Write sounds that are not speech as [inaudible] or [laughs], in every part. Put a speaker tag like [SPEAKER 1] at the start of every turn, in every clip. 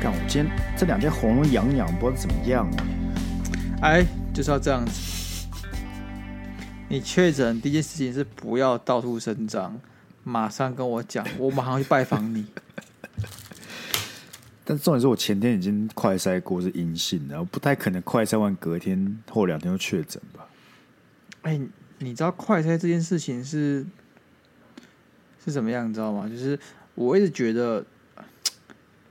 [SPEAKER 1] 看我今天这两天喉咙痒痒，不知道怎么样欸
[SPEAKER 2] 哎，就是要这样子。你确诊第一件事情是不要到处声张，马上跟我讲，我马上去拜访你。
[SPEAKER 1] 但重点是我前天已经快筛过是阴性的，我不太可能快筛完隔天后两天就确诊吧？
[SPEAKER 2] 哎、你知道快筛这件事情是是怎么样，你知道吗？就是我一直觉得，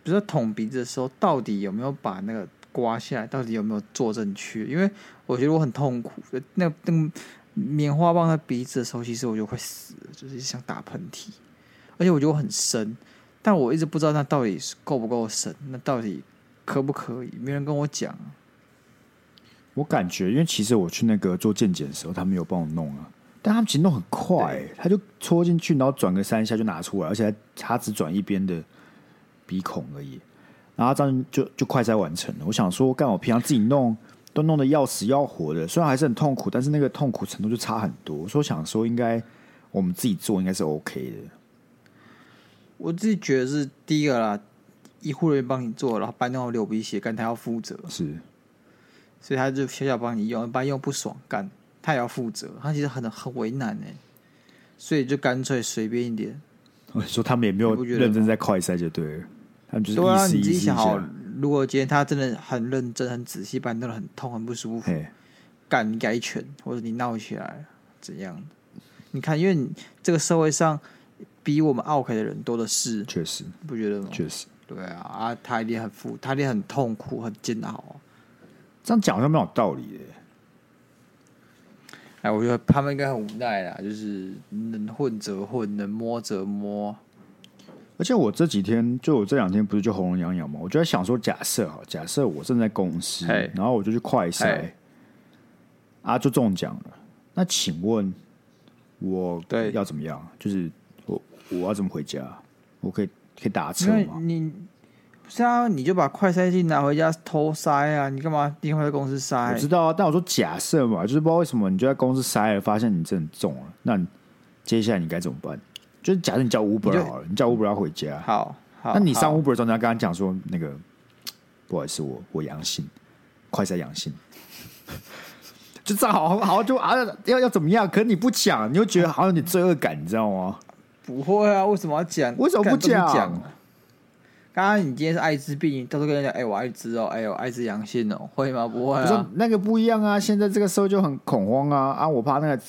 [SPEAKER 2] 不是捅鼻子的时候，到底有没有把那个刮下来，到底有没有做正确？因为我觉得我很痛苦，呃那个那个棉花棒在鼻子的时候，其实我就快死了，就是想打喷嚏，而且我觉得我很深，但我一直不知道那到底是够不够深，那到底可不可以？没人跟我讲啊。
[SPEAKER 1] 我感觉，因为其实我去那个做健检的时候，他们有帮我弄啊，但他们其实弄很快欸、他就戳进去，然后转个三下就拿出来，而且还他只转一边的鼻孔而已，然后这样就就快筛完成了。我想说，干我平常自己弄都弄得要死要活的，虽然还是很痛苦，但是那个痛苦程度就差很多。所以我想说，应该我们自己做应该是 OK 的。
[SPEAKER 2] 我自己觉得是第一个啦，医护人员帮你做，然后搬到流鼻血，干他要负责，
[SPEAKER 1] 是，
[SPEAKER 2] 所以他就小小帮你用，搬用不爽干，他也要负责，他其实很很为难哎、所以就干脆随便一点。
[SPEAKER 1] 我说他们也没
[SPEAKER 2] 你
[SPEAKER 1] 有
[SPEAKER 2] 不觉得吗
[SPEAKER 1] 认真在快筛就对了，他们就是
[SPEAKER 2] 对啊，
[SPEAKER 1] 意思
[SPEAKER 2] 你自
[SPEAKER 1] 意
[SPEAKER 2] 己
[SPEAKER 1] 思一
[SPEAKER 2] 想好
[SPEAKER 1] 下，，
[SPEAKER 2] 如果今天他真的很认真、很仔细，把你弄得很痛、很不舒服，
[SPEAKER 1] 嘿，
[SPEAKER 2] 干你改一拳，或者你闹起来怎样的？你看，因为你这个社会上比我们 OK 的人多的是，
[SPEAKER 1] 确实，
[SPEAKER 2] 你不觉得吗？
[SPEAKER 1] 确实。
[SPEAKER 2] 对啊，啊，他一定很负，他一定很痛苦、很煎熬啊、
[SPEAKER 1] 这样讲好像蛮有道理的。
[SPEAKER 2] 哎，我觉得他们应该很无奈啦，就是能混则混，能摸则摸。
[SPEAKER 1] 而且我这几天，就我这两天不是就喉咙痒痒嘛，我就在想说，假设哈，假设我正在公司
[SPEAKER 2] 嘿，
[SPEAKER 1] 然后我就去快筛
[SPEAKER 2] 嘿，
[SPEAKER 1] 啊，就中奖了。那请问我
[SPEAKER 2] 对
[SPEAKER 1] 要怎么样？就是我我要怎么回家？我可以可以打
[SPEAKER 2] 因
[SPEAKER 1] 车
[SPEAKER 2] 为
[SPEAKER 1] 吗？
[SPEAKER 2] 你不是啊，你就把快筛剂拿回家偷筛啊，你干嘛另外在公司
[SPEAKER 1] 我知
[SPEAKER 2] 筛？
[SPEAKER 1] 道啊，但我说假设嘛，就是不知道为什么你就在公司筛了，发现你真的中了，那你接下来你该怎么办？就是假设你叫 Uber
[SPEAKER 2] 就
[SPEAKER 1] 好了，你叫 Uber 要回家，
[SPEAKER 2] 好，好，
[SPEAKER 1] 那你上
[SPEAKER 2] 好
[SPEAKER 1] Uber 的时候，你要跟他讲说，那个不好意思，我我阳性，快筛阳性， [laughs] 就这样好好就啊要要怎么样？可是你不讲，你又觉得好像有点罪恶感，你知道吗？
[SPEAKER 2] 不会啊？为什么要讲？
[SPEAKER 1] 为什么不
[SPEAKER 2] 干都
[SPEAKER 1] 讲？
[SPEAKER 2] 刚刚你今天是艾滋病，你到时候跟人家哎、我艾滋哦，哎、我艾滋阳性哦，会吗？不会
[SPEAKER 1] 不是
[SPEAKER 2] 啊。
[SPEAKER 1] 那个不一样啊，现在这个时候就很恐慌啊啊！我怕那个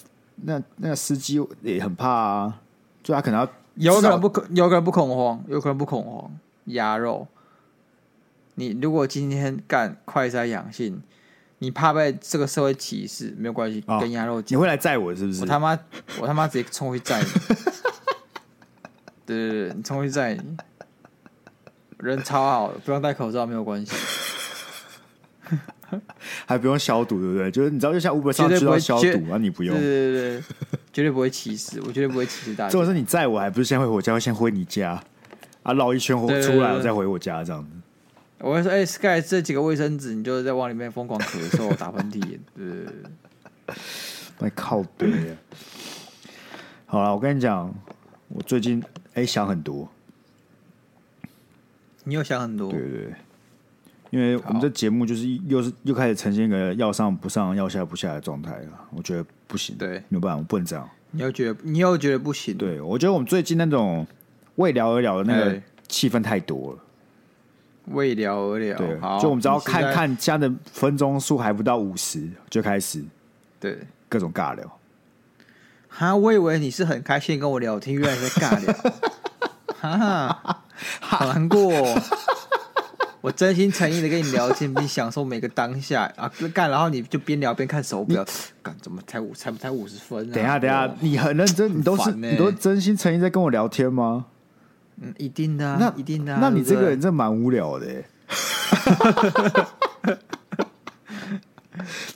[SPEAKER 1] 那那个司机也很怕啊，就他可能要
[SPEAKER 2] 有可能不恐，有可能不恐慌，有可能不恐慌。鸭肉，你如果今天干快筛阳性，你怕被这个社会歧视，没有关系，
[SPEAKER 1] 哦
[SPEAKER 2] 跟鸭肉讲。
[SPEAKER 1] 你会来载我是不是
[SPEAKER 2] 我？他妈，我他妈直接冲过去载你！对对对，你冲过去载你，人超好的，不用戴口罩没有关系，
[SPEAKER 1] 还不用消毒，对不对？就是你知道，就像 Uber
[SPEAKER 2] 绝
[SPEAKER 1] 上
[SPEAKER 2] 对
[SPEAKER 1] 知
[SPEAKER 2] 不
[SPEAKER 1] 道
[SPEAKER 2] 会
[SPEAKER 1] 消
[SPEAKER 2] 绝
[SPEAKER 1] 毒啊，你不用
[SPEAKER 2] 对。对对对，绝对不会歧视，我绝对不会歧视大
[SPEAKER 1] 这
[SPEAKER 2] 家。
[SPEAKER 1] 种是你载我，还不是先回我家，先回你家啊，绕一圈回
[SPEAKER 2] 对对
[SPEAKER 1] 出来，
[SPEAKER 2] 对
[SPEAKER 1] 我再回我家这样子。
[SPEAKER 2] 我会说，哎、s k y 这几个卫生纸，你就在往里面疯狂咳嗽、打喷嚏，对对对，
[SPEAKER 1] 那靠背啊！ [laughs] 好了，我跟你讲，我最近哎、想很多，
[SPEAKER 2] 你又想很多
[SPEAKER 1] 对，对对，因为我们这节目就是又是又开始呈现一个要上不上、要下不下的状态了，我觉得不行，
[SPEAKER 2] 对
[SPEAKER 1] 没有办法，我不能这样。
[SPEAKER 2] 你又觉得你又觉得不行，
[SPEAKER 1] 对，我觉得我们最近那种为聊而聊的那个
[SPEAKER 2] 哎
[SPEAKER 1] 气氛太多了。
[SPEAKER 2] 为聊而聊，
[SPEAKER 1] 对
[SPEAKER 2] 哦好，，
[SPEAKER 1] 就我们只要
[SPEAKER 2] 你现
[SPEAKER 1] 看
[SPEAKER 2] 在，
[SPEAKER 1] 看现在的分钟数还不到五十，就开始
[SPEAKER 2] 对。
[SPEAKER 1] 各种尬聊。
[SPEAKER 2] 哈，我以为你是很开心跟我聊天，原
[SPEAKER 1] [laughs]
[SPEAKER 2] 来你在尬聊，哈，好难过、
[SPEAKER 1] [laughs]
[SPEAKER 2] 哦。我真心诚意的跟你聊天，并享受每个当下啊！干，然后你就边聊边看手表，干怎么才五才才五十分、啊？
[SPEAKER 1] 等一下，等一下
[SPEAKER 2] 哦，，
[SPEAKER 1] 你很认真，你都是、
[SPEAKER 2] 很烦欸
[SPEAKER 1] 你都是真心诚意在跟我聊天吗？
[SPEAKER 2] 嗯，一定的、啊，
[SPEAKER 1] 那
[SPEAKER 2] 一定的、啊。
[SPEAKER 1] 那你这个
[SPEAKER 2] 对
[SPEAKER 1] 人
[SPEAKER 2] 不
[SPEAKER 1] 真蛮无聊的欸。
[SPEAKER 2] 对，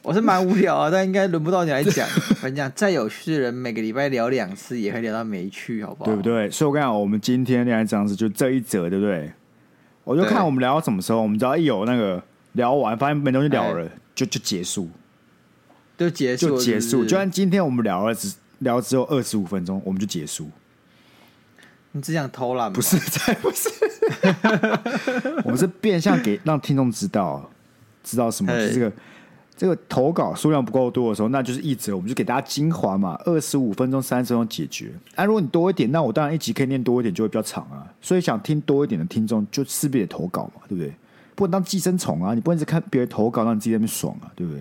[SPEAKER 2] 我是蛮无聊啊，但应该轮不到你来
[SPEAKER 1] [laughs]
[SPEAKER 2] 讲。我跟你讲，再有趣的人，每个礼拜聊两次也会聊到没趣，好不好？
[SPEAKER 1] 对不对？所以我跟你讲，我们今天恋爱这样子就这一则，对不对？我就
[SPEAKER 2] 对
[SPEAKER 1] 看我们聊到什么时候，我们只要一有那个聊完，发现没东西聊了，就就结束，
[SPEAKER 2] 哎就结束了，
[SPEAKER 1] 就结
[SPEAKER 2] 是
[SPEAKER 1] 束。
[SPEAKER 2] 不是
[SPEAKER 1] 就算今天我们聊了只聊只有二十五分钟，我们就结束。
[SPEAKER 2] 你只想偷懒吗？
[SPEAKER 1] 不是，才不是，我们是变相给让听众知道，知道什么？
[SPEAKER 2] 嘿
[SPEAKER 1] 就是这个这个投稿数量不够多的时候，那就是一折，我们就给大家精华嘛，二十五分钟、三十分钟解决。啊，如果你多一点，那我当然一集可以念多一点，就会比较长啊。所以想听多一点的听众，就势必得投稿嘛，对不对？不能当寄生虫啊！你不能一直看别人投稿，让你自己在那边爽啊，对不对？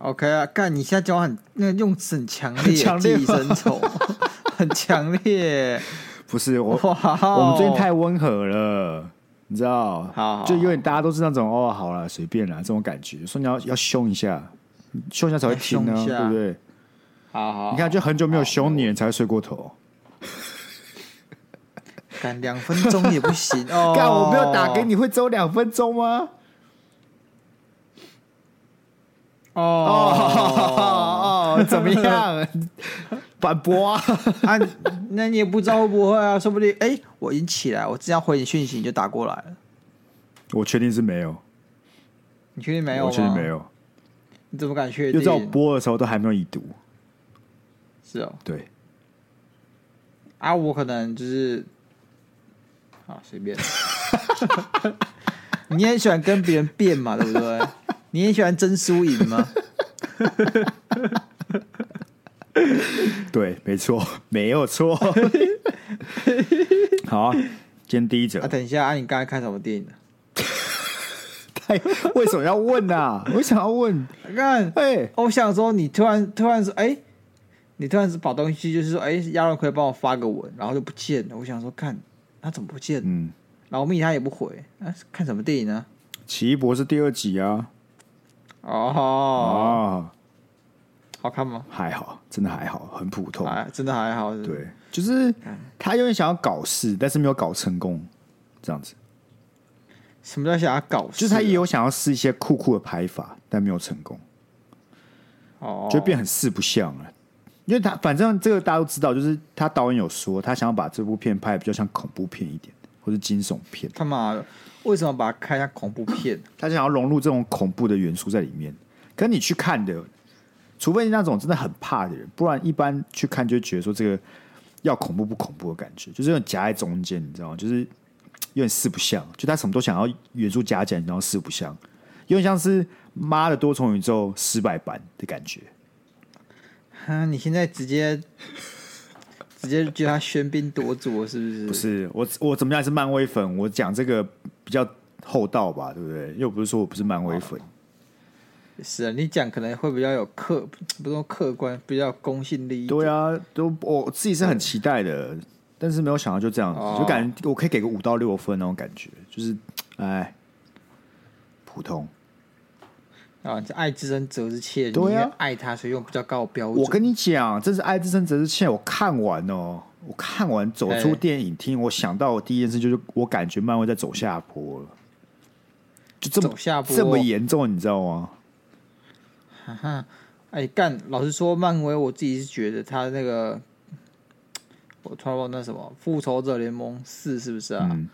[SPEAKER 2] OK 啊，干！你现在讲话很那个用词很强烈，
[SPEAKER 1] 很强烈吗
[SPEAKER 2] 寄生虫， [laughs] 很强烈。
[SPEAKER 1] 不是我，
[SPEAKER 2] 哇
[SPEAKER 1] [laughs]
[SPEAKER 2] 哦，
[SPEAKER 1] 我们最近太温和了，你知道？
[SPEAKER 2] 好好
[SPEAKER 1] 就有点大家都是那种哦，好了，随便啦这种感觉。说你要要凶一下，凶一下才会听呢、
[SPEAKER 2] 要凶一下
[SPEAKER 1] 对
[SPEAKER 2] 哦
[SPEAKER 1] 不对？
[SPEAKER 2] 好好，
[SPEAKER 1] 你看，就很久没有凶你，你才会睡过头。
[SPEAKER 2] 干两分钟也不行哦。
[SPEAKER 1] [laughs] 干、我没有打给你会只有两分钟吗？
[SPEAKER 2] 哦
[SPEAKER 1] 哦哦，怎么样？
[SPEAKER 2] [laughs]
[SPEAKER 1] 反驳啊？
[SPEAKER 2] 啊，那你也不知道会不会啊？说不定哎、我已经起来，我只要回你讯息你就打过来了。
[SPEAKER 1] 我确定是没有，
[SPEAKER 2] 你确定没有啊吗？
[SPEAKER 1] 我确定没。有，
[SPEAKER 2] 你怎么敢确定？
[SPEAKER 1] 又在我播的时候都还没有已读。
[SPEAKER 2] 是哦，
[SPEAKER 1] 对，
[SPEAKER 2] 啊，我可能就是，啊，随便。你也很喜欢跟别人辩嘛，对不对？你也喜欢争输赢吗？
[SPEAKER 1] 对，没错，没有
[SPEAKER 2] [laughs]
[SPEAKER 1] 错。好啊、今天第一则
[SPEAKER 2] 啊，，等一下，啊，你刚才看什么电影呢？
[SPEAKER 1] [laughs] 太哎为什么要问 [laughs] 啊？为什么要问？
[SPEAKER 2] 看，
[SPEAKER 1] 哎、
[SPEAKER 2] 我想说，你突然突然说，哎、你突然是把东西，就是说，哎、亚伦可以帮我发个文，然后就不见了。我想说，看他怎么不见了？
[SPEAKER 1] 嗯，
[SPEAKER 2] 然后我密他也不回，啊，看什么电影呢？
[SPEAKER 1] 奇异博士第二集啊，
[SPEAKER 2] 哦，
[SPEAKER 1] 啊，
[SPEAKER 2] 好看吗？
[SPEAKER 1] 还好，真的还好，很普通。
[SPEAKER 2] 哎，真的还好。是不是，
[SPEAKER 1] 哦对，就是他有点想要搞事，但是没有搞成功，这样子。
[SPEAKER 2] 什么叫想要搞事啊？
[SPEAKER 1] 就是他也有想要试一些酷酷的拍法，但没有成功，
[SPEAKER 2] 哦，
[SPEAKER 1] 就变很四不像了。因为他反正这个大家都知道，就是他导演有说，他想要把这部片拍得比较像恐怖片一点，或是惊悚片，
[SPEAKER 2] 他妈的，为什么把它开像恐怖片？
[SPEAKER 1] 他想要融入这种恐怖的元素在里面。可你去看的，除非那种真的很怕的人，不然一般去看就会觉得说这个要恐怖不恐怖的感觉，就是有点夹在中间，你知道吗？就是嘖有点四不像，就他什么都想要元素加起来，然后四不像，有点像是妈的多重宇宙失败版的感觉。
[SPEAKER 2] 哈，你现在直接直接觉得他喧宾夺主了，是不是？
[SPEAKER 1] 不是我，我怎么样也是漫威粉，我讲这个比较厚道吧，对不对？又不是说我不是漫威粉，
[SPEAKER 2] 是啊，你讲可能会比较有客，不是说客观，比较有公信力。
[SPEAKER 1] 对啊，都我自己是很期待的，但是没有想到就这样子，
[SPEAKER 2] 哦
[SPEAKER 1] 就感觉我可以给个五到六分那种感觉，就是哎，普通。
[SPEAKER 2] 啊，这爱之深，责之切。
[SPEAKER 1] 对啊
[SPEAKER 2] 你因为爱他，所以用比较高的标准。
[SPEAKER 1] 我跟你讲，这是《爱之深，责之切》，我看完哦，我看完走出电影厅，我想到我第一件事就是，我感觉漫威在走下坡了，就这么
[SPEAKER 2] 走下坡
[SPEAKER 1] 这么严重，你知道吗？
[SPEAKER 2] 哎干，老实说，漫威我自己是觉得他那个，我突然忘了那什么，《复仇者联盟四》是不是啊？
[SPEAKER 1] 嗯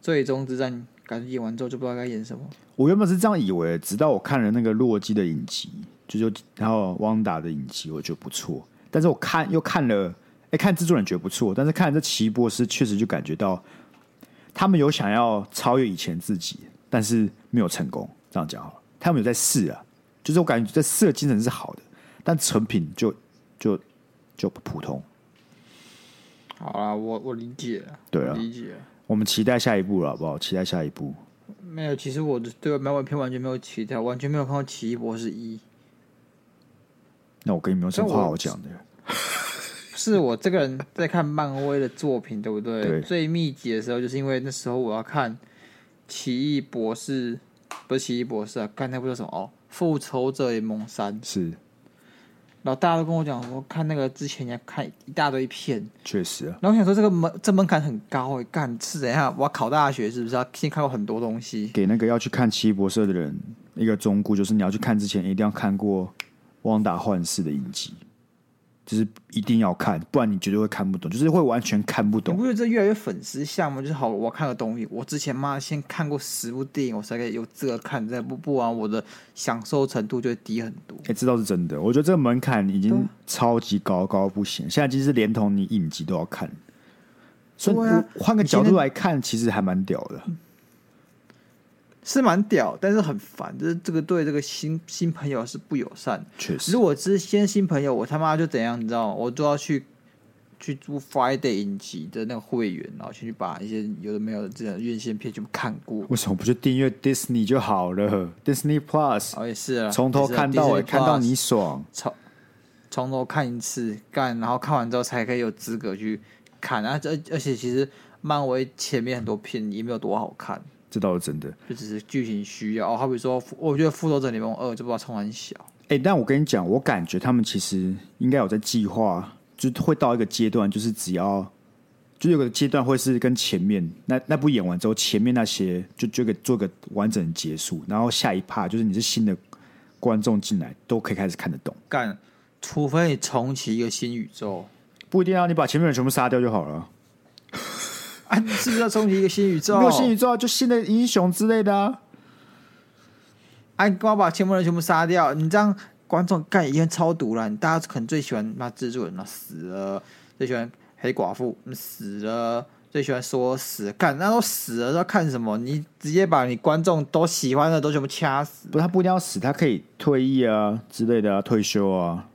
[SPEAKER 2] 最终之战感觉演完之后就不知道该演什么。
[SPEAKER 1] 我原本是这样以为，直到我看了那个洛基的影集，就是然后汪达的影集，我觉得不错。但是我看又看了，哎、看制作人觉得不错，但是看了这奇异博士，确实就感觉到他们有想要超越以前自己，但是没有成功。这样讲好了，他们有在试啊，就是我感觉在试的精神是好的，但成品就就就普通。
[SPEAKER 2] 好啦，我我理解了，
[SPEAKER 1] 对啊
[SPEAKER 2] 我理解了。
[SPEAKER 1] 我们期待下一步了，好不好？期待下一步。
[SPEAKER 2] 没有，其实我对漫威片完全没有期待，完全没有看过《奇异博士一》。
[SPEAKER 1] 那我跟你们有什么
[SPEAKER 2] 那
[SPEAKER 1] 话
[SPEAKER 2] 我
[SPEAKER 1] 好讲的？
[SPEAKER 2] 是我这个人在看漫威的作品，对不对？
[SPEAKER 1] 对
[SPEAKER 2] 最密集的时候，就是因为那时候我要看《奇异博士》，不是《奇异博士》啊，看那部叫什么哦，《复仇者联盟三》。
[SPEAKER 1] 是，
[SPEAKER 2] 然后大家都跟我讲说，看那个之前要看一大堆片，
[SPEAKER 1] 确实啊，
[SPEAKER 2] 然后我想说这个门这门槛很高哎、干是怎样？我要考大学是不是？要先看过很多东西。
[SPEAKER 1] 给那个要去看《奇异博士》的人一个忠告，就是你要去看之前一定要看过《汪达幻视》的影集，就是一定要看，不然你绝对会看不懂，就是会完全看不
[SPEAKER 2] 你
[SPEAKER 1] 懂。
[SPEAKER 2] 不觉得这越来越粉丝向吗？就是好，我看个东西，我之前妈先看过十部电影，我才可以有资格看，再不不然我的享受程度就会低很多。
[SPEAKER 1] 哎、这倒是真的，我觉得这个门槛已经超级高，高到不行。现在其实连同你影集都要看，所以
[SPEAKER 2] 对啊
[SPEAKER 1] 我换个
[SPEAKER 2] 你今
[SPEAKER 1] 角度
[SPEAKER 2] 天
[SPEAKER 1] 来看，其实还蛮屌的。
[SPEAKER 2] 是蛮屌，但是很烦，就是这个对这个新新朋友是不友善的。
[SPEAKER 1] 确实
[SPEAKER 2] 如，果之先新朋友，我他妈就怎样，你知道吗？我就要去去租 Friday 影集的那个会员，然后先去把一些有的没有的这种院线片全部看过。
[SPEAKER 1] 为什么不去订阅 Disney 就好了？Disney Plus
[SPEAKER 2] 哦，也是啊，
[SPEAKER 1] 从头
[SPEAKER 2] 也是啊
[SPEAKER 1] 看到尾，
[SPEAKER 2] Disney
[SPEAKER 1] 看到
[SPEAKER 2] Plus
[SPEAKER 1] 你爽。
[SPEAKER 2] 从从头看一次，干，然后看完之后才可以有资格去看。啊，而而且其实漫威前面很多片也没有多好看，
[SPEAKER 1] 这倒是真的。
[SPEAKER 2] 就只是剧情需要。哦，好比说，我觉得《复仇者联盟二》这不知道冲很小，
[SPEAKER 1] 哎、但我跟你讲，我感觉他们其实应该有在计划，就是会到一个阶段，就是只要就有个阶段会是跟前面那那部演完之后，前面那些就就给做个完整的结束，然后下一趴就是你是新的观众进来都可以开始看得懂，
[SPEAKER 2] 干，除非你重启一个新宇宙
[SPEAKER 1] 不一定啊要你把前面的人全部杀掉就好了。
[SPEAKER 2] 啊，你是不是要重启一个新宇宙？
[SPEAKER 1] 哦没有新宇宙啊就新的英雄之类的啊，
[SPEAKER 2] 哎，你光把前面人全部杀掉，你这样观众干已经超毒了。大家可能最喜欢那蜘蛛人那死了，最喜欢黑寡妇嗯死了，最喜欢说死了干，那都死了，要看什么？你直接把你观众都喜欢的都全部掐死。
[SPEAKER 1] 不，他不一定要死，他可以退役啊之类的啊，退休啊，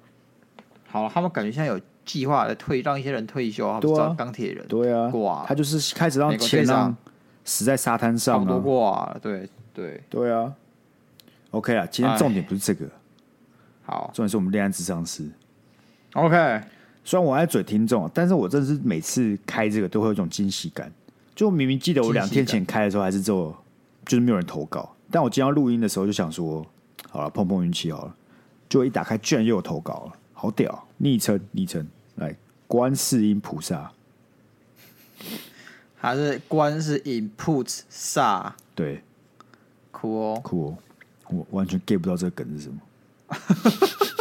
[SPEAKER 2] 好了，他们感觉现在有计划来退，让一些人退休，好
[SPEAKER 1] 对啊
[SPEAKER 2] 不知道钢铁人
[SPEAKER 1] 对啊
[SPEAKER 2] 挂，
[SPEAKER 1] 他就是开始让
[SPEAKER 2] 美国
[SPEAKER 1] 前
[SPEAKER 2] 队长
[SPEAKER 1] 浪死在沙滩
[SPEAKER 2] 差
[SPEAKER 1] 上
[SPEAKER 2] 不
[SPEAKER 1] 啊
[SPEAKER 2] 多。挂了，对对，
[SPEAKER 1] 对啊，OK 啊，今天重点不是这个，
[SPEAKER 2] 好
[SPEAKER 1] 重点是我们恋爱智商师。
[SPEAKER 2] ，OK，
[SPEAKER 1] 虽然我爱嘴听众，啊但是我真的是每次开这个都会有一种惊喜感。就明明记得我两天前开的时候还是只有，就是没有人投稿，但我今天要录音的时候就想说，好了，碰碰运气好了。就一打开，居然又有投稿了，好屌！啊昵称昵称，来观世音菩萨，
[SPEAKER 2] 还是关是 input 煞
[SPEAKER 1] 对，
[SPEAKER 2] 酷哦。
[SPEAKER 1] 酷哦！我完全 get 不到这个梗是什么。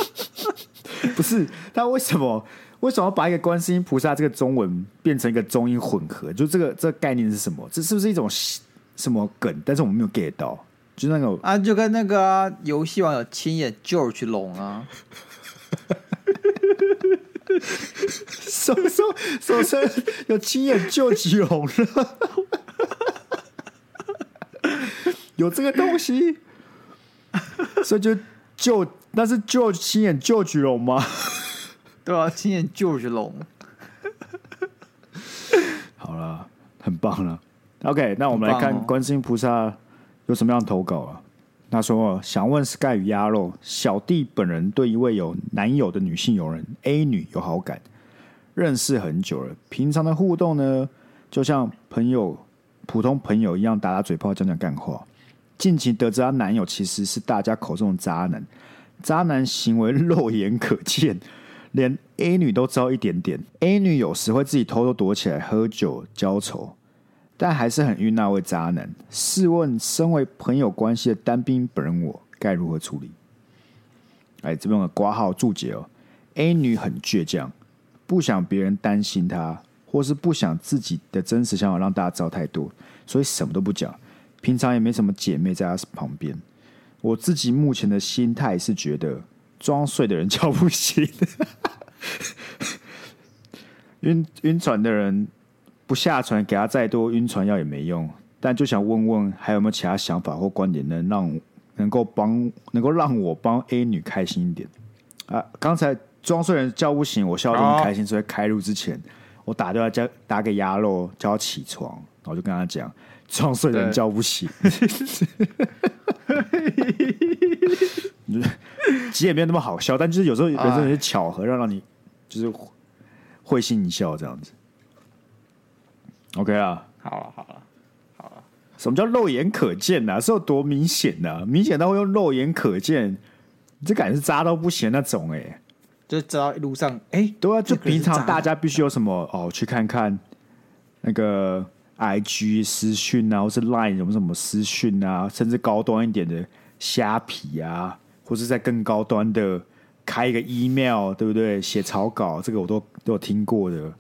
[SPEAKER 1] [laughs] 不是，他为什么为什么要把一个观世音菩萨这个中文变成一个中英混合？就这个这个概念是什么？这是不是一种西什么梗？但是我们没有 get 到，就那种
[SPEAKER 2] 啊，就跟那个啊游戏网友亲眼 George 龙啊，
[SPEAKER 1] 手手手伸有亲眼救吉隆了，有这个东西，所以就救那是救亲眼救吉隆吗？
[SPEAKER 2] [laughs] 对啊，亲眼 George 龙，
[SPEAKER 1] 好了，很棒了。OK，那我们来
[SPEAKER 2] 很棒哦
[SPEAKER 1] 看观世音菩萨有什么样的投稿啊？他说：“想问 Sky 与鸭肉，小弟本人对一位有男友的女性友人 A 女有好感，认识很久了。平常的互动呢，就像朋友普通朋友一样打打嘴炮、讲讲干话。近期得知她男友其实是大家口中的渣男，渣男行为肉眼可见，连 A 女都知道一点点。A 女有时会自己偷偷躲起来喝酒浇愁，但还是很晕那位渣男。试问，身为朋友关系的单兵本人我该如何处理？哎，这边有个挂号注解哦。A 女很倔强，不想别人担心她，或是不想自己的真实想法让大家知道太多，所以什么都不讲。平常也没什么姐妹在她旁边。我自己目前的心态是觉得装睡的人叫不醒， [laughs] 晕晕船的人不下船，给他再多晕船药也没用。但就想问问，还有没有其他想法或观点能让我能够帮能够让我帮 A 女开心一点啊？刚才装睡人叫不醒，我笑得很开心，所以开录之前我打电话叫打给鸭肉，叫他起床，然后我就跟他讲，装睡人
[SPEAKER 2] 对
[SPEAKER 1] 叫不醒。其实也没有那么好笑，但就是有时候人生有些巧合，让让你就是会心一笑这样子。OK 啊，
[SPEAKER 2] 好了好了，
[SPEAKER 1] 什么叫肉眼可见呐、是有多明显呐、明显到会用肉眼可见，这感觉是渣到不行的那种哎、
[SPEAKER 2] 就知道路上哎，
[SPEAKER 1] 对啊，就
[SPEAKER 2] 这个人
[SPEAKER 1] 平
[SPEAKER 2] 是渣
[SPEAKER 1] 常大家必须有什么哦，去看看那个 IG 私讯啊，或是 Line 什么什么私讯啊，甚至高端一点的虾皮啊，或是在更高端的开一个 email，对不对？写草稿，这个我都都有听过的。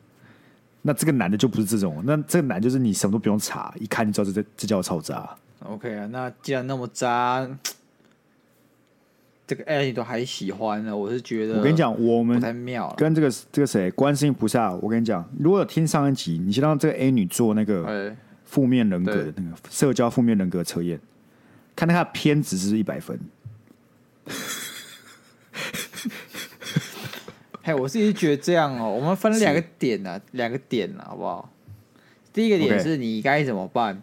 [SPEAKER 1] 那这个男的就不是这种，那这个男就是你什么都不用查，一看就知道这这叫超渣。
[SPEAKER 2] OK 啊，那既然那么渣，这个爱你都还喜欢呢，我是觉得
[SPEAKER 1] 我跟你讲，我
[SPEAKER 2] 不
[SPEAKER 1] 们
[SPEAKER 2] 太妙啊了。
[SPEAKER 1] 跟这个这个谁，观世音菩萨，我跟你讲，如果有听上一集，你先让这个 A 女做那个
[SPEAKER 2] 哎，
[SPEAKER 1] 负面人格
[SPEAKER 2] 对
[SPEAKER 1] 那个社交负面人格测验，看她的偏执是一百分，
[SPEAKER 2] 嘿，我自己觉得这样哦、我们分两个点啊，两个点啊，好不好？第一个点
[SPEAKER 1] OK
[SPEAKER 2] 是你该怎么办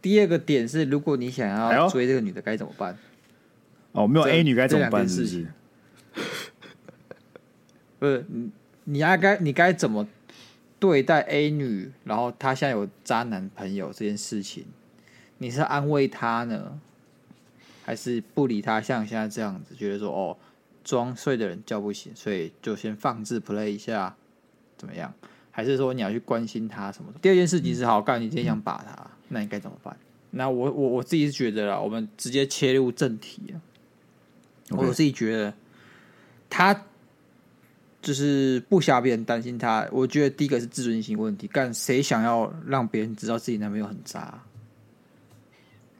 [SPEAKER 2] 第二个点是如果你想
[SPEAKER 1] 哎
[SPEAKER 2] 要
[SPEAKER 1] 呦
[SPEAKER 2] 追这个女的该怎么办？
[SPEAKER 1] 哦，没有
[SPEAKER 2] 这
[SPEAKER 1] A 女该怎么
[SPEAKER 2] 这两
[SPEAKER 1] 办？
[SPEAKER 2] 件
[SPEAKER 1] 是
[SPEAKER 2] 事
[SPEAKER 1] 不
[SPEAKER 2] 情
[SPEAKER 1] 是？
[SPEAKER 2] 不是你，你要该你该怎么对待 A 女，然后她现在有渣男朋友这件事情，你是安慰她呢，还是不理她？像现在这样子，觉得说哦，装睡的人叫不醒，所以就先放置 play 一下，怎么样？还是说你要去关心她什么的？第二件事
[SPEAKER 1] 嗯
[SPEAKER 2] 情是好，告诉你今天想把她，那你该怎么办？那我我我自己是觉得啦，我们直接切入正题啊。
[SPEAKER 1] OK
[SPEAKER 2] 我自己觉得，他就是不想别人担心他。我觉得第一个是自尊心问题，干谁想要让别人知道自己男朋友很渣啊？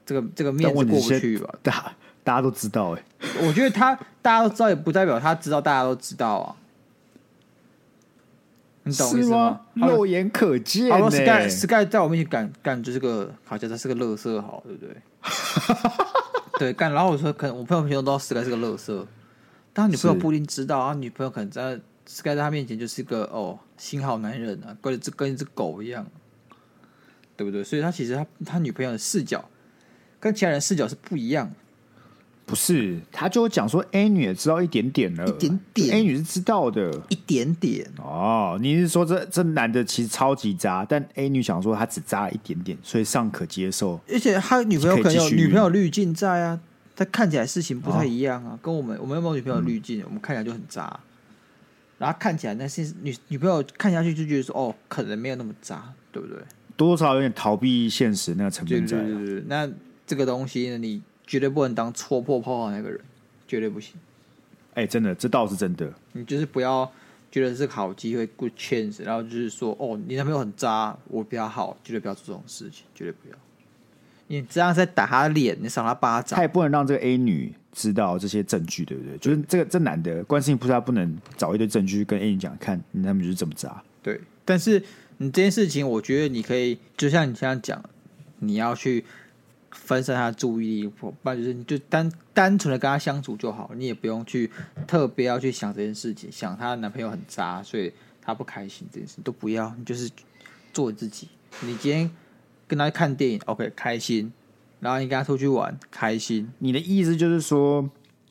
[SPEAKER 2] 这个这个面
[SPEAKER 1] 但
[SPEAKER 2] 子
[SPEAKER 1] 问
[SPEAKER 2] 过
[SPEAKER 1] 题
[SPEAKER 2] 不
[SPEAKER 1] 是
[SPEAKER 2] 去吧？
[SPEAKER 1] 大大家都知道哎、
[SPEAKER 2] 我觉得他大家都知道，也不代表他知道大家都知道啊。你懂我意
[SPEAKER 1] 是
[SPEAKER 2] 思
[SPEAKER 1] 吗？
[SPEAKER 2] 好了
[SPEAKER 1] 肉眼可见、
[SPEAKER 2] 好
[SPEAKER 1] 欸，
[SPEAKER 2] 了，Sky Sky 在我面前干干就是个好像他是个乐色，好，对不
[SPEAKER 1] [laughs]
[SPEAKER 2] 对？对，干。然后我说，可能我朋友平常都知道 Sky 是个乐色，但他女朋友
[SPEAKER 1] 是
[SPEAKER 2] 不一定知道，啊他女朋友可能在 Sky 在他面前就是个哦心好男人啊，跟一只跟一只狗一样，对不对？所以他其实他他女朋友的视角跟其他人视角是不一样的。
[SPEAKER 1] 不是，他就讲说 A 女也知道一点点了，
[SPEAKER 2] 一点点
[SPEAKER 1] ，A 女是知道的。
[SPEAKER 2] 一点点，
[SPEAKER 1] 哦，你是说这这男的其实超级渣，但 A 女想说他只渣了一点点，所以尚可接受。
[SPEAKER 2] 而且他女朋友可能有
[SPEAKER 1] 可以继续
[SPEAKER 2] 女朋友滤镜在啊，他看起来事情不太一样啊，跟我们我们有没有女朋友滤
[SPEAKER 1] 嗯
[SPEAKER 2] 镜，我们看起来就很渣，然后看起来那些女女朋友看下去就觉得说哦，可能没有那么渣，对不对？
[SPEAKER 1] 多多少少有点逃避现实那个成
[SPEAKER 2] 对
[SPEAKER 1] 分
[SPEAKER 2] 对
[SPEAKER 1] 在啊。
[SPEAKER 2] 对对对，那这个东西呢，你绝对不能当戳破泡泡的那个人，绝对不行，
[SPEAKER 1] 哎、真的，这倒是真的。
[SPEAKER 2] 你就是不要。觉得是个好机会，good chance，然后就是说，哦，你男朋友很渣，我比较好，绝对不要做这种事情，绝对不要。你这样是在打他脸，你赏他巴掌
[SPEAKER 1] 他，也不能让这个 A 女知道这些证据，对不对？就是这个这男的观世音菩萨不能找一堆证据跟 A 女讲，看你他们就是这么渣。
[SPEAKER 2] 对，但是你这件事情，我觉得你可以，就像你现在讲，你要去分散他的注意力，不然就是你就单单纯的跟他相处就好，你也不用去特别要去想这件事情，想她的男朋友很渣，所以她不开心这件事情都不要，你就是做你自己。你今天跟他看电影，OK，开心；然后你跟他出去玩，开心。
[SPEAKER 1] 你的意思就是说，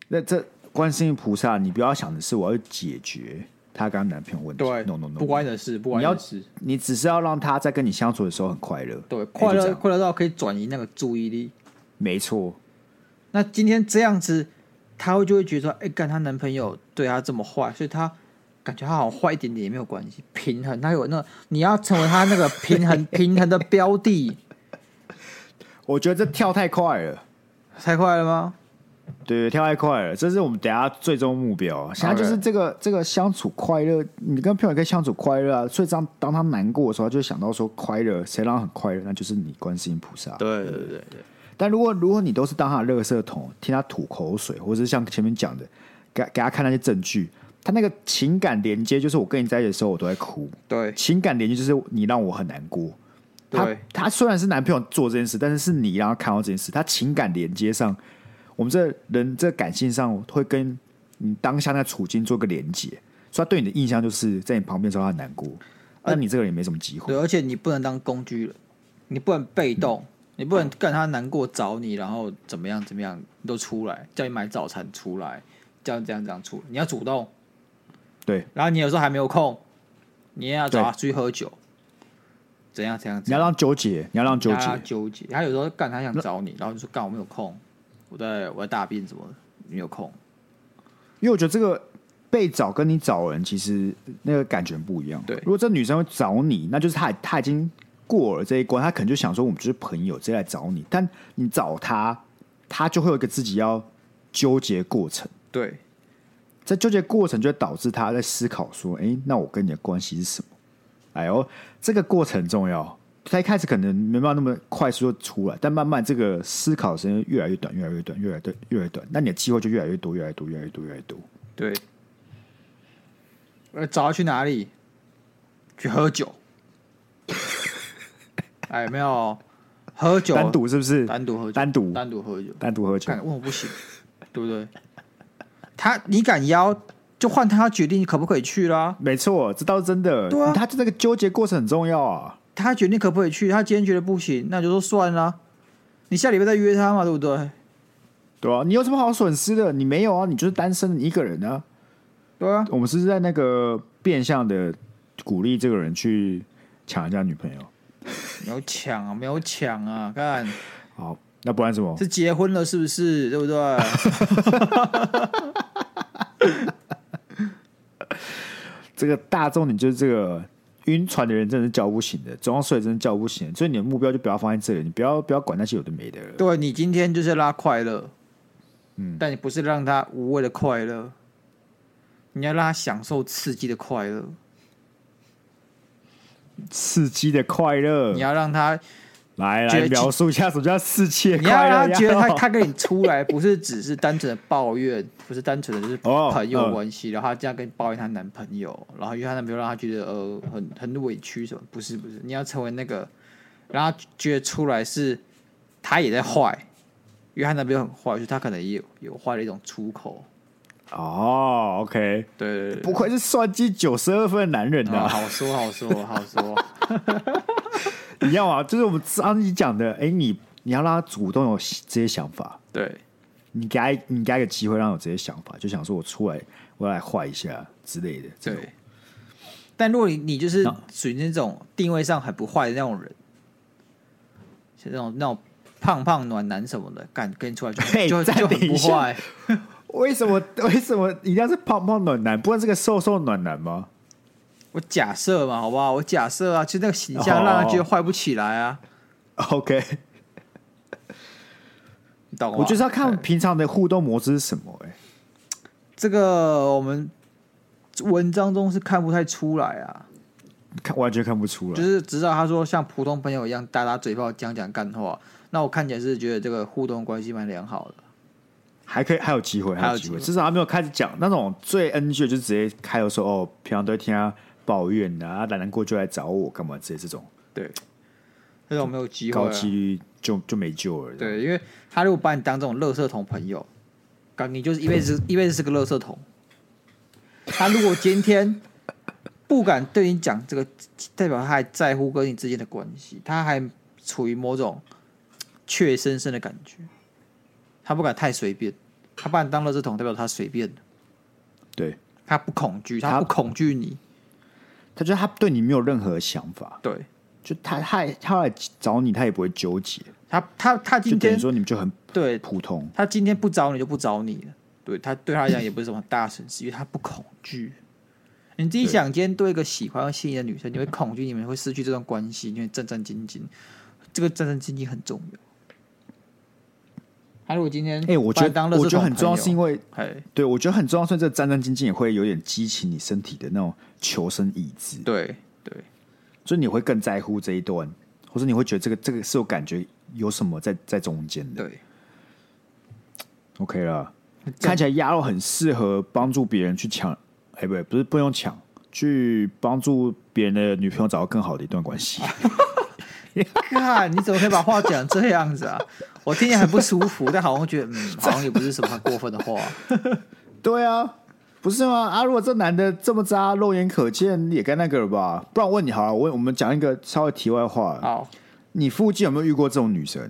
[SPEAKER 1] 那这观世音菩萨，你不要想的是我要解决她跟她男朋友问题。
[SPEAKER 2] 对
[SPEAKER 1] n o no no，
[SPEAKER 2] 不关你的事，不关
[SPEAKER 1] 你要
[SPEAKER 2] 的事。
[SPEAKER 1] 你只是要让她在跟你相处的时候很快乐。
[SPEAKER 2] 对，
[SPEAKER 1] 哎
[SPEAKER 2] 快
[SPEAKER 1] 就这
[SPEAKER 2] 乐
[SPEAKER 1] 样
[SPEAKER 2] 快乐到可以转移那个注意力。
[SPEAKER 1] 没错，
[SPEAKER 2] 那今天这样子，她会就会觉得说，哎、干她男朋友对她这么坏，所以她感觉她好像坏一点点也没有关系，平衡，她有那你要成为她那个平衡平衡的标的，
[SPEAKER 1] 我觉得这跳太快了，
[SPEAKER 2] 太快了吗？
[SPEAKER 1] 对，跳太快了，这是我们等一下最终目标啊。现在就是这个这个相处快乐，你跟朋友可以相处快乐啊。所以当当他难过的时候，他就会想到说快乐，谁让他很快乐，那就是你观世音菩萨。
[SPEAKER 2] 对对对对，
[SPEAKER 1] 但如果如果你都是当他的垃圾桶，听他吐口水，或者是像前面讲的，给给他看那些证据，他那个情感连接就是我跟你在一起的时候我都在哭，
[SPEAKER 2] 对
[SPEAKER 1] 情感连接就是你让我很难过。他
[SPEAKER 2] 对
[SPEAKER 1] 他虽然是男朋友做这件事，但是是你让他看到这件事，他情感连接上，我们这人这感性上会跟你当下那处境做个连接，所以他对你的印象就是在你旁边的时候他很难过，那你这个人也没什么机会
[SPEAKER 2] 呃对，。而且你不能当工具人，你不能被
[SPEAKER 1] 嗯
[SPEAKER 2] 动，你不能干她难过找你，然后怎么样怎么样，你都出来叫你买早餐出来，叫你这样这样出来，你要主动，
[SPEAKER 1] 对，
[SPEAKER 2] 然后你有时候还没有空，你也要找她
[SPEAKER 1] 对
[SPEAKER 2] 出去喝酒，怎样怎样
[SPEAKER 1] 你
[SPEAKER 2] 怎
[SPEAKER 1] 要
[SPEAKER 2] 样。
[SPEAKER 1] 让纠结，你要让纠
[SPEAKER 2] 他
[SPEAKER 1] 结，
[SPEAKER 2] 纠结，他有时候干他想找你，然后你说干我没有空，我在我在大便什么的，没有空。
[SPEAKER 1] 因为我觉得这个被找跟你找人其实那个感觉不一样。
[SPEAKER 2] 对
[SPEAKER 1] 如果这女生会找你，那就是她她已经过了这一关，她可能就想说我们就是朋友，直接来找你。但你找她，她就会有一个自己要纠结过程。
[SPEAKER 2] 对
[SPEAKER 1] 这纠结过程就会导致哦她在思考说：“哎、那我跟你的关系是什么？”哎呦，这个过程很重要，他一开始可能没办法那么快速就出来，但慢慢这个思考时间越来越短，越来越短，越来越短，越来越短，那你的机会就越来越多，越来越多，越来越多，越来越多。
[SPEAKER 2] 对，呃，找他去哪里？去
[SPEAKER 1] [laughs]
[SPEAKER 2] 喝酒。哎，没有，喝酒，啊
[SPEAKER 1] 单独是不是？
[SPEAKER 2] 单独喝酒，
[SPEAKER 1] 单独
[SPEAKER 2] 单独喝酒，
[SPEAKER 1] 单独喝酒
[SPEAKER 2] 干，问我不行，对不对？他你敢邀，就换他决定可不可以去啦。
[SPEAKER 1] 没错，这倒是真的。
[SPEAKER 2] 对啊
[SPEAKER 1] 他这个纠结过程很重要啊。
[SPEAKER 2] 他决定可不可以去，他今天觉得不行，那就说算啦。你下礼拜再约他嘛，对不对？
[SPEAKER 1] 对啊，你有什么好损失的？你没有啊，你就是单身，你一个人啊。
[SPEAKER 2] 对啊，
[SPEAKER 1] 我们是不是在那个变相的鼓励这个人去抢人家女朋友。
[SPEAKER 2] 没有抢啊，没有抢啊，看
[SPEAKER 1] 好，那不然什么？
[SPEAKER 2] 是结婚了是不是？对不对？
[SPEAKER 1] 这个大重点就是这个晕船的人真的是叫不醒的，装睡真的叫不醒，所以你的目标就不要放在这里，你不要不要管那些有的没的了。
[SPEAKER 2] 对你今天就是拉快乐，
[SPEAKER 1] 嗯，
[SPEAKER 2] 但你不是让他无谓的快乐，你要让他享受刺激的快乐，
[SPEAKER 1] 嗯刺激的快乐
[SPEAKER 2] 你，要让他，
[SPEAKER 1] 来
[SPEAKER 2] 觉
[SPEAKER 1] 来
[SPEAKER 2] 得
[SPEAKER 1] 描述一下什么叫刺激的
[SPEAKER 2] 你要
[SPEAKER 1] 快乐。
[SPEAKER 2] 让他觉得他
[SPEAKER 1] 要
[SPEAKER 2] 他跟你出来 [laughs] 不是只是单纯的抱怨，不是单纯的就是
[SPEAKER 1] 哦
[SPEAKER 2] 朋友
[SPEAKER 1] 嗯
[SPEAKER 2] 关系，然后他这样跟你抱怨她男朋友，然后因为她男朋友让她觉得呃很很委屈什么，不是不是，你要成为那个让她觉得出来是她也在坏，因为她男朋友很坏，所以她可能也有有坏的一种出口，
[SPEAKER 1] 哦，OK，
[SPEAKER 2] 对对对对
[SPEAKER 1] 不愧是算计九十二分的男人
[SPEAKER 2] 啊，
[SPEAKER 1] [laughs] 呐、
[SPEAKER 2] 好说好说好
[SPEAKER 1] [laughs]
[SPEAKER 2] 说，
[SPEAKER 1] 一样啊，就是我们上一集讲的，哎、你你要让他主动有这些想法，
[SPEAKER 2] 对
[SPEAKER 1] 你给他你给他一个机会，让他有这些想法，就想说我出来，我要来坏一下之类的。这种
[SPEAKER 2] 对。但如果你你就是
[SPEAKER 1] 那
[SPEAKER 2] 属于那种定位上很不坏的那种人，像那种那种胖胖暖男什么的，干跟你出来就
[SPEAKER 1] [laughs] 嘿
[SPEAKER 2] 就
[SPEAKER 1] 暂
[SPEAKER 2] 就很
[SPEAKER 1] 停
[SPEAKER 2] 不
[SPEAKER 1] 一下
[SPEAKER 2] 坏，
[SPEAKER 1] 为什么为什么一定要是胖胖暖男，不然是个瘦瘦暖男吗？
[SPEAKER 2] 我假设嘛，好不好？我假设啊，就那个形象
[SPEAKER 1] 哦
[SPEAKER 2] 让他觉得坏不起来啊，
[SPEAKER 1] OK，
[SPEAKER 2] 你懂吗？
[SPEAKER 1] 我就是要
[SPEAKER 2] 对
[SPEAKER 1] 看平常的互动模式是什么、欸。哎，
[SPEAKER 2] 这个，我们文章中是看不太出来啊，
[SPEAKER 1] 看完全看不出来。
[SPEAKER 2] 就是只知道他说像普通朋友一样打打嘴炮、讲讲干话。那我看起来是觉得这个互动关系蛮良好的，
[SPEAKER 1] 还可以，还有机会，
[SPEAKER 2] 还有
[SPEAKER 1] 还有机
[SPEAKER 2] 机
[SPEAKER 1] 会。
[SPEAKER 2] 会
[SPEAKER 1] 至少还没有开始讲那种最 NG 的，就直接开头说哦，平常都会听他抱怨的啊，他难过就来找我干嘛之类这种，
[SPEAKER 2] 对，但是我没有机会、
[SPEAKER 1] 高
[SPEAKER 2] 啊，
[SPEAKER 1] 几率就就没救了。，
[SPEAKER 2] 对，因为他如果把你当这种垃圾桶朋友，感你就是一辈子一辈子是个垃圾桶。他如果今天不敢对你讲这个，代表他还在乎跟你之间的关系，他还处于某种怯生生的感觉，他不敢太随便，他把你当垃圾桶，代表他随便了
[SPEAKER 1] 对，
[SPEAKER 2] 他不恐惧，他
[SPEAKER 1] 他
[SPEAKER 2] 不恐惧你，
[SPEAKER 1] 他觉得他对你没有任何想法，
[SPEAKER 2] 对
[SPEAKER 1] 就他他他来找你，他也不会纠结，
[SPEAKER 2] 他，他他
[SPEAKER 1] 就
[SPEAKER 2] 今
[SPEAKER 1] 等于
[SPEAKER 2] 天
[SPEAKER 1] 说你们就很
[SPEAKER 2] 对
[SPEAKER 1] 普通。
[SPEAKER 2] 他今天不找你就不找你了，对他对他来讲也不是什么很大的损失，因为他不恐惧。你自己
[SPEAKER 1] 对
[SPEAKER 2] 想，今天对一个喜欢和吸引的女生，你会恐惧，你们会失去这段关系，你会战战兢兢。这个战战兢兢很重要。他如果今天
[SPEAKER 1] 哎、我觉
[SPEAKER 2] 嗯把你
[SPEAKER 1] 得
[SPEAKER 2] 当
[SPEAKER 1] 我觉得很重要，是因
[SPEAKER 2] 为
[SPEAKER 1] 为
[SPEAKER 2] 哎，
[SPEAKER 1] 对我觉得很重要，所以这战战兢兢也会有点激起你身体的那种求生意志。
[SPEAKER 2] 对对
[SPEAKER 1] 所以你会更在乎这一段，或者你会觉得这个这个是有感觉有什么在在中间的。
[SPEAKER 2] 对，
[SPEAKER 1] OK 了，
[SPEAKER 2] 这样
[SPEAKER 1] 看起来鸭肉很适合帮助别人去抢，哎、不对，不是不用抢，去帮助别人的女朋友找到更好的一段关系。
[SPEAKER 2] 看你怎么可以把话讲这样子啊？ [laughs] 我听起来很不舒服，但好像觉得
[SPEAKER 1] [laughs]
[SPEAKER 2] 嗯，好像也不是什么很过分的话。
[SPEAKER 1] 对啊，不是吗？啊，如果这男的这么渣，肉眼可见也该那个了吧？不然我问你好了，我问我们讲一个稍微题外话，
[SPEAKER 2] 好，
[SPEAKER 1] 你附近有没有遇过这种女生？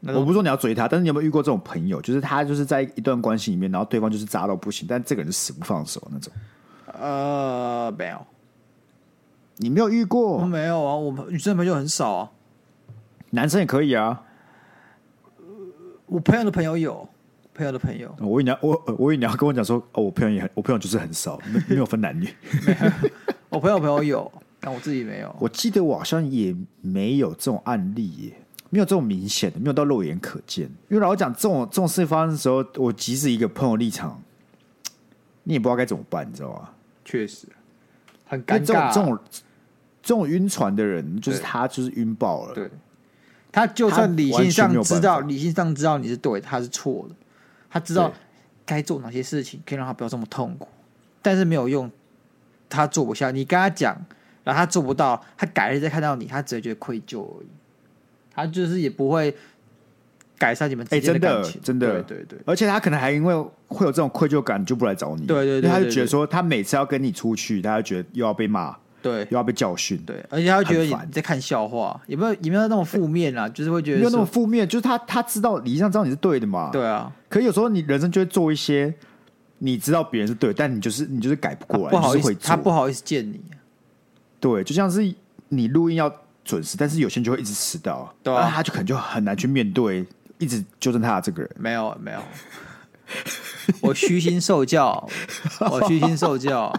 [SPEAKER 2] 那
[SPEAKER 1] 我
[SPEAKER 2] 种
[SPEAKER 1] 不是说你要追她，但是你有没有遇过这种朋友？就是她就是在一段关系里面，然后对方就是渣到不行，但这个人死不放手那种。
[SPEAKER 2] 呃没有。
[SPEAKER 1] 你没有遇
[SPEAKER 2] 我
[SPEAKER 1] 过，
[SPEAKER 2] 没有啊，我们女生朋友很少啊，
[SPEAKER 1] 男生也可以啊。
[SPEAKER 2] 我朋友的朋友有，朋友的朋友
[SPEAKER 1] 我以为你要我呃我以为你要跟我讲说，哦，我朋友也很，我朋友就是很少， [laughs] 没没有分男女。
[SPEAKER 2] 我朋友的朋友有，但我自己没有。
[SPEAKER 1] 我记得我好像也没有这种案例耶，没有这种明显的，没有到肉眼可见。因为老实讲这种这种事发生的时候，我即使一个朋友立场，你也不知道该怎么办，你知道吗？
[SPEAKER 2] 确实很
[SPEAKER 1] 因为
[SPEAKER 2] 尴
[SPEAKER 1] 这种
[SPEAKER 2] 尬啊，
[SPEAKER 1] 这种这这种晕船的人，就是
[SPEAKER 2] 对
[SPEAKER 1] 他就是晕爆了。
[SPEAKER 2] 对，他就算理性
[SPEAKER 1] 他完全没
[SPEAKER 2] 上
[SPEAKER 1] 有
[SPEAKER 2] 知
[SPEAKER 1] 办
[SPEAKER 2] 道，
[SPEAKER 1] 法
[SPEAKER 2] 理性上知道你是对，他是错的，他知道
[SPEAKER 1] 对
[SPEAKER 2] 该做哪些事情可以让他不要这么痛苦，但是没有用，他做不下。你跟他讲，然后他做不到，他改日再看到你，他只会觉得愧疚而已。他就是也不会改善你们之
[SPEAKER 1] 哎
[SPEAKER 2] 间
[SPEAKER 1] 真的
[SPEAKER 2] 感情，
[SPEAKER 1] 真的
[SPEAKER 2] 对对对。
[SPEAKER 1] 而且他可能还因为会有这种愧疚感，就不来找你。
[SPEAKER 2] 对对
[SPEAKER 1] 因为
[SPEAKER 2] 对
[SPEAKER 1] 他就
[SPEAKER 2] 对
[SPEAKER 1] 觉得
[SPEAKER 2] 对
[SPEAKER 1] 说，他每次要跟你出去，他就觉得又要被骂，
[SPEAKER 2] 对
[SPEAKER 1] 又要被教训。
[SPEAKER 2] 对，而且他会觉得
[SPEAKER 1] 很烦哎
[SPEAKER 2] 你在看笑话，也没有也没有那种负面啦，就是会觉得
[SPEAKER 1] 没有那么
[SPEAKER 2] 说
[SPEAKER 1] 负面，就是他他知道理上知道你是对的嘛。。
[SPEAKER 2] 对啊，
[SPEAKER 1] 可有时候你人生就会做一些你知道别人是对，但你就是你就是改不
[SPEAKER 2] 他
[SPEAKER 1] 过来，
[SPEAKER 2] 啊不好意
[SPEAKER 1] 你就是
[SPEAKER 2] 思，
[SPEAKER 1] 会做
[SPEAKER 2] 他不好意思见你，
[SPEAKER 1] 对，就像是你录音要准时，但是有些人就会一直迟到，
[SPEAKER 2] 对啊
[SPEAKER 1] 那他就可能就很难去面对，一直纠正他的这个人。
[SPEAKER 2] 没有没有， [laughs] 我虚心受教，
[SPEAKER 1] [laughs]
[SPEAKER 2] 我虚心受教。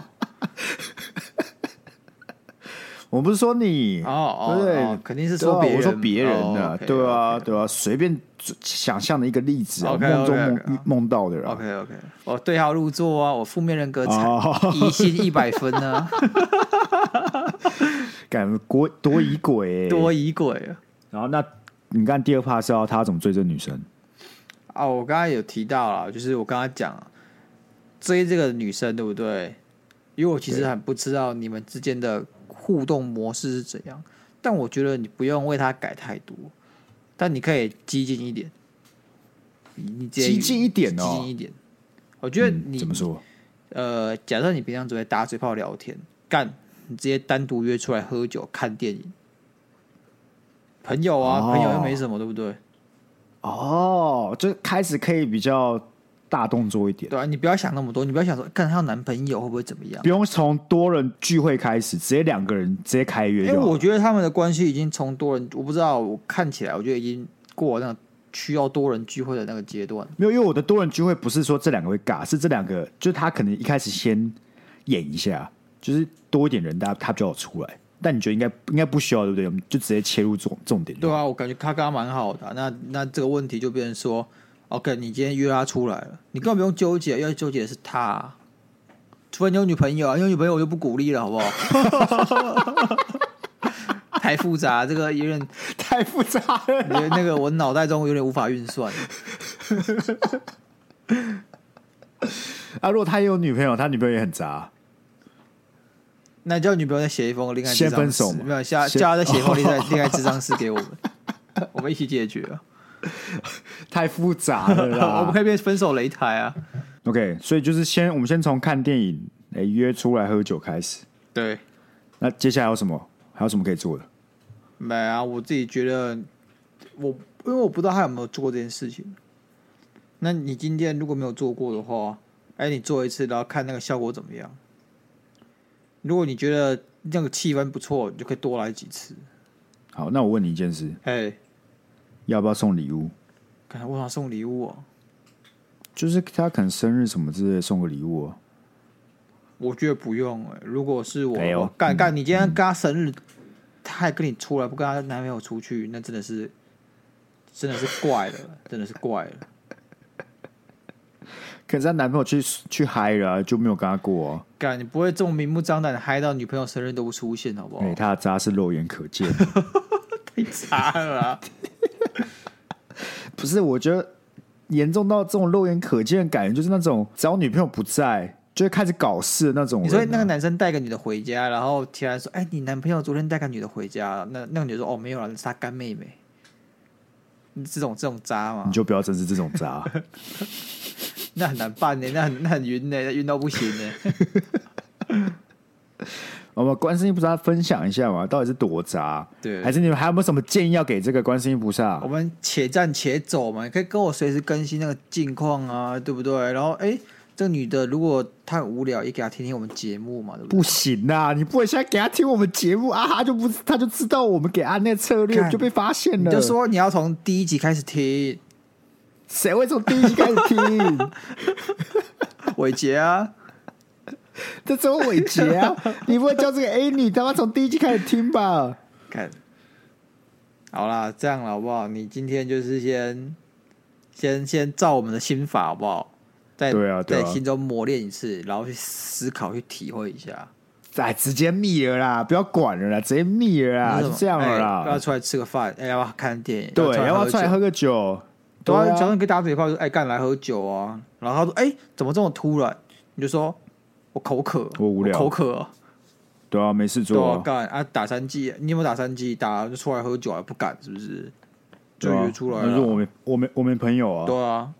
[SPEAKER 1] 我不是说你
[SPEAKER 2] 哦哦，
[SPEAKER 1] 对不对
[SPEAKER 2] 哦肯定是
[SPEAKER 1] 对啊
[SPEAKER 2] 别人，
[SPEAKER 1] 我说别人
[SPEAKER 2] 哦
[SPEAKER 1] 的，
[SPEAKER 2] ，OK，
[SPEAKER 1] 对啊，对啊，随便想象的一个例子啊，
[SPEAKER 2] OK，
[SPEAKER 1] 梦中
[SPEAKER 2] OK，OK，
[SPEAKER 1] 梦
[SPEAKER 2] 好
[SPEAKER 1] 梦到的啊。
[SPEAKER 2] ，OK OK，我哦对号入座啊，我负面人格惨，
[SPEAKER 1] 哦，
[SPEAKER 2] 疑心一百分啊呢，
[SPEAKER 1] [laughs] 感国多疑鬼欸，
[SPEAKER 2] [laughs] 多疑鬼啊。
[SPEAKER 1] 然后那你看第二趴是要他怎么追这女生？
[SPEAKER 2] 啊，我刚刚有提到了，就是我刚刚讲追这个女生，对不对？因为我其实
[SPEAKER 1] 对
[SPEAKER 2] 很不知道你们之间的互动模式是怎样，但我觉得你不用为她改太多，但你可以激进一点，你你直接
[SPEAKER 1] 激进一点哦
[SPEAKER 2] 激进一点。我觉得
[SPEAKER 1] 嗯
[SPEAKER 2] 你、
[SPEAKER 1] 怎么说？
[SPEAKER 2] 呃，假设你平常只会打嘴炮聊天，干，你直接单独约出来喝酒、看电影，朋友啊，朋友又没
[SPEAKER 1] 哦
[SPEAKER 2] 什么，对不对？
[SPEAKER 1] 哦，就开始可以比较大动作一点，
[SPEAKER 2] 对啊，你不要想那么多，你不要想说，看她有男朋友会不会怎么样
[SPEAKER 1] 不？用从多人聚会开始，直接两个人直接开约
[SPEAKER 2] 哎、
[SPEAKER 1] 就好了
[SPEAKER 2] 我觉得他们的关系已经从多人，我不知道，我看起来我觉得已经过了那个需要多人聚会的那个阶段。
[SPEAKER 1] 没有，因为我的多人聚会不是说这两个会尬，是这两个，就是他可能一开始先演一下，就是多一点人，大家他比较好出来。但你觉得应该应该不需要，对不对？我们就直接切入重重点。
[SPEAKER 2] 对，啊，我感觉他跟他蛮好的啊、那那这个问题就变成说，OK，你今天约他出来了，你根本不用纠结，要纠结的是他啊、除非你有女朋友啊，你有女朋友我就不鼓励了，好不好？ [laughs] 太复杂，这个有点，
[SPEAKER 1] 太复杂了。
[SPEAKER 2] 有点那个我脑袋中有点无法运算。
[SPEAKER 1] 啊，如果他也有女朋友，他女朋友也很杂，
[SPEAKER 2] 那叫女朋友再写一封恋爱
[SPEAKER 1] 先
[SPEAKER 2] 智商
[SPEAKER 1] 分手
[SPEAKER 2] 室
[SPEAKER 1] 嘛
[SPEAKER 2] 没有，叫
[SPEAKER 1] 先
[SPEAKER 2] 叫她再写
[SPEAKER 1] [laughs]
[SPEAKER 2] 一封恋爱恋爱智商室给我们， [laughs] 我们一起解决啊。
[SPEAKER 1] 太复杂了啦。
[SPEAKER 2] [laughs] 我们可以变分手擂台啊。
[SPEAKER 1] OK，所以就是先我们先从看电影、诶约出来喝酒开始。
[SPEAKER 2] 对，
[SPEAKER 1] 那接下来有什么？还有什么可以做的？
[SPEAKER 2] 没啊，我自己觉得我因为我不知道他有没有做过这件事情。那你今天如果没有做过的话，哎，你做一次，然后看那个效果怎么样。如果你觉得那个气氛不错，你就可以多来几次。
[SPEAKER 1] 好，那我问你一件事，
[SPEAKER 2] 哎，
[SPEAKER 1] 要不要送礼物？
[SPEAKER 2] 看我想送礼物哦、
[SPEAKER 1] 就是他可能生日什么之类，送个礼物、哦。
[SPEAKER 2] 我觉得不用、欸。如果是我，
[SPEAKER 1] 哎呦
[SPEAKER 2] 我干干，你今天跟他生日，他还跟你出来，不跟他男朋友出去，那真的是，真的是怪了，真的是怪了。
[SPEAKER 1] 可是她男朋友去去嗨了啊、就没有跟她过、啊。
[SPEAKER 2] 干，你不会这么明目张胆的嗨到女朋友生日都不出现，好不好
[SPEAKER 1] 哎、？她的渣是肉眼可见。 [laughs]
[SPEAKER 2] 太渣了啦！
[SPEAKER 1] 不是，我觉得严重到这种肉眼可见的感觉，就是那种只要女朋友不在，就会开始搞事的那种
[SPEAKER 2] 你
[SPEAKER 1] 人啊、
[SPEAKER 2] 说那个男生带个女的回家，然后突然说：“哎、你男朋友昨天带个女的回家了。”那那个女的说：“哦，没有了，是他干妹妹。”这种这种渣嘛
[SPEAKER 1] 你，就不要真是这种渣。 [laughs]
[SPEAKER 2] 那很难办呢、那很那很晕呢、那晕到不行呢、
[SPEAKER 1] 我们观世音菩萨分享一下嘛，到底是多渣？
[SPEAKER 2] 对哦
[SPEAKER 1] 还是你们还有没有什么建议要给这个观世音菩萨
[SPEAKER 2] 我？们且战且走嘛，你可以跟我随时更新那个近况啊，对不对？然后哎、这个女的如果她很无聊，也给她听听我们节目嘛，对不对？
[SPEAKER 1] 不行啊！你不会现在给他听我们节目啊，他就不他就知道我们给他那策略
[SPEAKER 2] 看
[SPEAKER 1] 就被发现
[SPEAKER 2] 你
[SPEAKER 1] 了。
[SPEAKER 2] 就说你要从第一集开始听，
[SPEAKER 1] 谁会从第一集开始听？
[SPEAKER 2] 伟杰啊，
[SPEAKER 1] 这周伟杰
[SPEAKER 2] [laughs]
[SPEAKER 1] 啊，你不会叫这个 A 女他妈从第一集开始听吧？
[SPEAKER 2] 看，好啦，这样了好不好？你今天就是先先先照我们的心法好不好？在
[SPEAKER 1] 对啊对啊
[SPEAKER 2] 在心中磨练一次，然后去思考去体会一下。
[SPEAKER 1] 哎，直接密了啦，不要管了啦，直接密了啦，
[SPEAKER 2] 那
[SPEAKER 1] 就
[SPEAKER 2] 种
[SPEAKER 1] 啊这样了
[SPEAKER 2] 哎要
[SPEAKER 1] 啦。
[SPEAKER 2] 出来吃个饭，哎，要不要看电影？
[SPEAKER 1] 对，
[SPEAKER 2] 要
[SPEAKER 1] 要不要出
[SPEAKER 2] 出来
[SPEAKER 1] 来
[SPEAKER 2] 喝
[SPEAKER 1] 喝个
[SPEAKER 2] 酒？
[SPEAKER 1] 酒？
[SPEAKER 2] 对啊，
[SPEAKER 1] 对啊
[SPEAKER 2] 假如你跟打嘴炮说，哎，干来喝酒啊，然后他说，哎，怎么这么突然？你就说，我口渴，
[SPEAKER 1] 我无聊
[SPEAKER 2] 口渴啊，
[SPEAKER 1] 对啊，没事
[SPEAKER 2] 对
[SPEAKER 1] 做啊，
[SPEAKER 2] 啊，干啊，打三剂，你有没有打三剂？打就出来喝酒啊，不敢是不是？就
[SPEAKER 1] 对啊
[SPEAKER 2] 约出来
[SPEAKER 1] 那是
[SPEAKER 2] 了
[SPEAKER 1] 我，没我没我没朋友啊，
[SPEAKER 2] 对啊，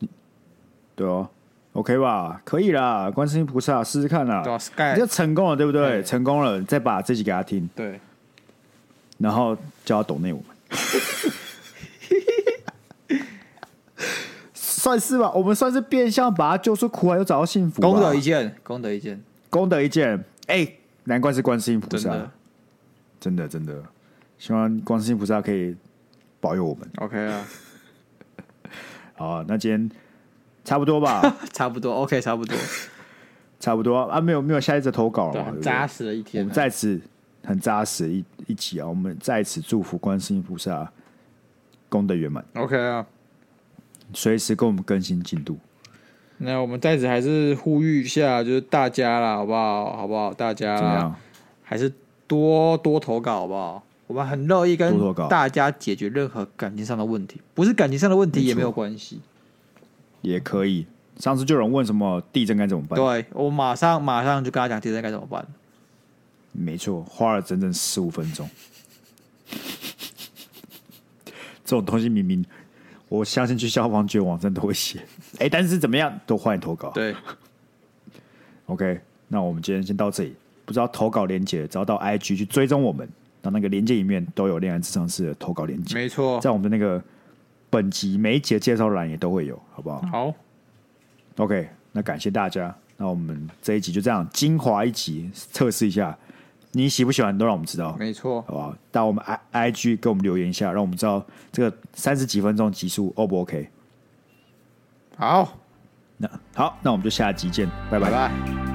[SPEAKER 1] 对哦，OK 吧，可以啦，观世音菩萨试试看啦
[SPEAKER 2] 对。啊
[SPEAKER 1] 你就
[SPEAKER 2] ，Sky，
[SPEAKER 1] 成功了，对不对？
[SPEAKER 2] 哎
[SPEAKER 1] 成功了，你再把这集给他听，
[SPEAKER 2] 对，
[SPEAKER 1] 然后叫他抖内我们， [laughs] 算是吧。我们算是变相把他救出苦海，又找到幸福吧。
[SPEAKER 2] 功德一件，功德一件，
[SPEAKER 1] 功德一件，哎、难怪是啊观世音菩
[SPEAKER 2] 真
[SPEAKER 1] 萨，
[SPEAKER 2] 的
[SPEAKER 1] 真的真的，希望观世音菩萨可以保佑我
[SPEAKER 2] [laughs]
[SPEAKER 1] 们。
[SPEAKER 2] OK
[SPEAKER 1] [laughs]
[SPEAKER 2] 啊，
[SPEAKER 1] 好啊，那今天差不多吧，
[SPEAKER 2] [laughs] 差不多，OK，差不多，
[SPEAKER 1] 差不多啊，没有没有下一则投稿
[SPEAKER 2] 对，
[SPEAKER 1] 了嘛，对
[SPEAKER 2] 很
[SPEAKER 1] 不对
[SPEAKER 2] 扎实的一
[SPEAKER 1] 我
[SPEAKER 2] 天
[SPEAKER 1] 们
[SPEAKER 2] 啊，
[SPEAKER 1] 在此很扎实的一一集啊，我们在此祝福观世音菩萨功德圆满，
[SPEAKER 2] OK 啊。
[SPEAKER 1] 随时跟我们更新进度。
[SPEAKER 2] 那我们在此还是呼吁一下，就是大家啦，好不好？好不好？大家
[SPEAKER 1] 怎么
[SPEAKER 2] 啦，
[SPEAKER 1] 样？
[SPEAKER 2] 还是多多投稿，好不好？我们很乐意跟
[SPEAKER 1] 多投稿
[SPEAKER 2] 大家解决任何感情上的问题，不是感情上的问
[SPEAKER 1] 没
[SPEAKER 2] 题
[SPEAKER 1] 错
[SPEAKER 2] 也没有关系。
[SPEAKER 1] 也可以。上次就有人问什么地震该怎么办？
[SPEAKER 2] 对啊我马上马上就跟他讲地震该怎么办。
[SPEAKER 1] 没错，花了整整十五分钟。 [laughs] 这种东西明明我相信去消防局网站都会写， [laughs] 哎、但是怎么样都欢迎投稿。 [laughs]
[SPEAKER 2] 对，
[SPEAKER 1] OK，那我们今天先到这里。不知道投稿连接，只要到 IG 去追踪我们，那那个连接里面都有恋爱智商室的投稿连接。
[SPEAKER 2] 没错。
[SPEAKER 1] 在我们的那个本集每一节介绍栏也都会有，好不好
[SPEAKER 2] 好，
[SPEAKER 1] ？OK，那感谢大家，那我们这一集就这样精华一集，测试一下你喜不喜欢，都让我们知道，
[SPEAKER 2] 没错。
[SPEAKER 1] 好不好？到我们 I I G 给我们留言一下，让我们知道这个三十几分钟集数 O 不 OK？
[SPEAKER 2] 好，
[SPEAKER 1] 那好，那我们就下集见，拜拜
[SPEAKER 2] 拜拜。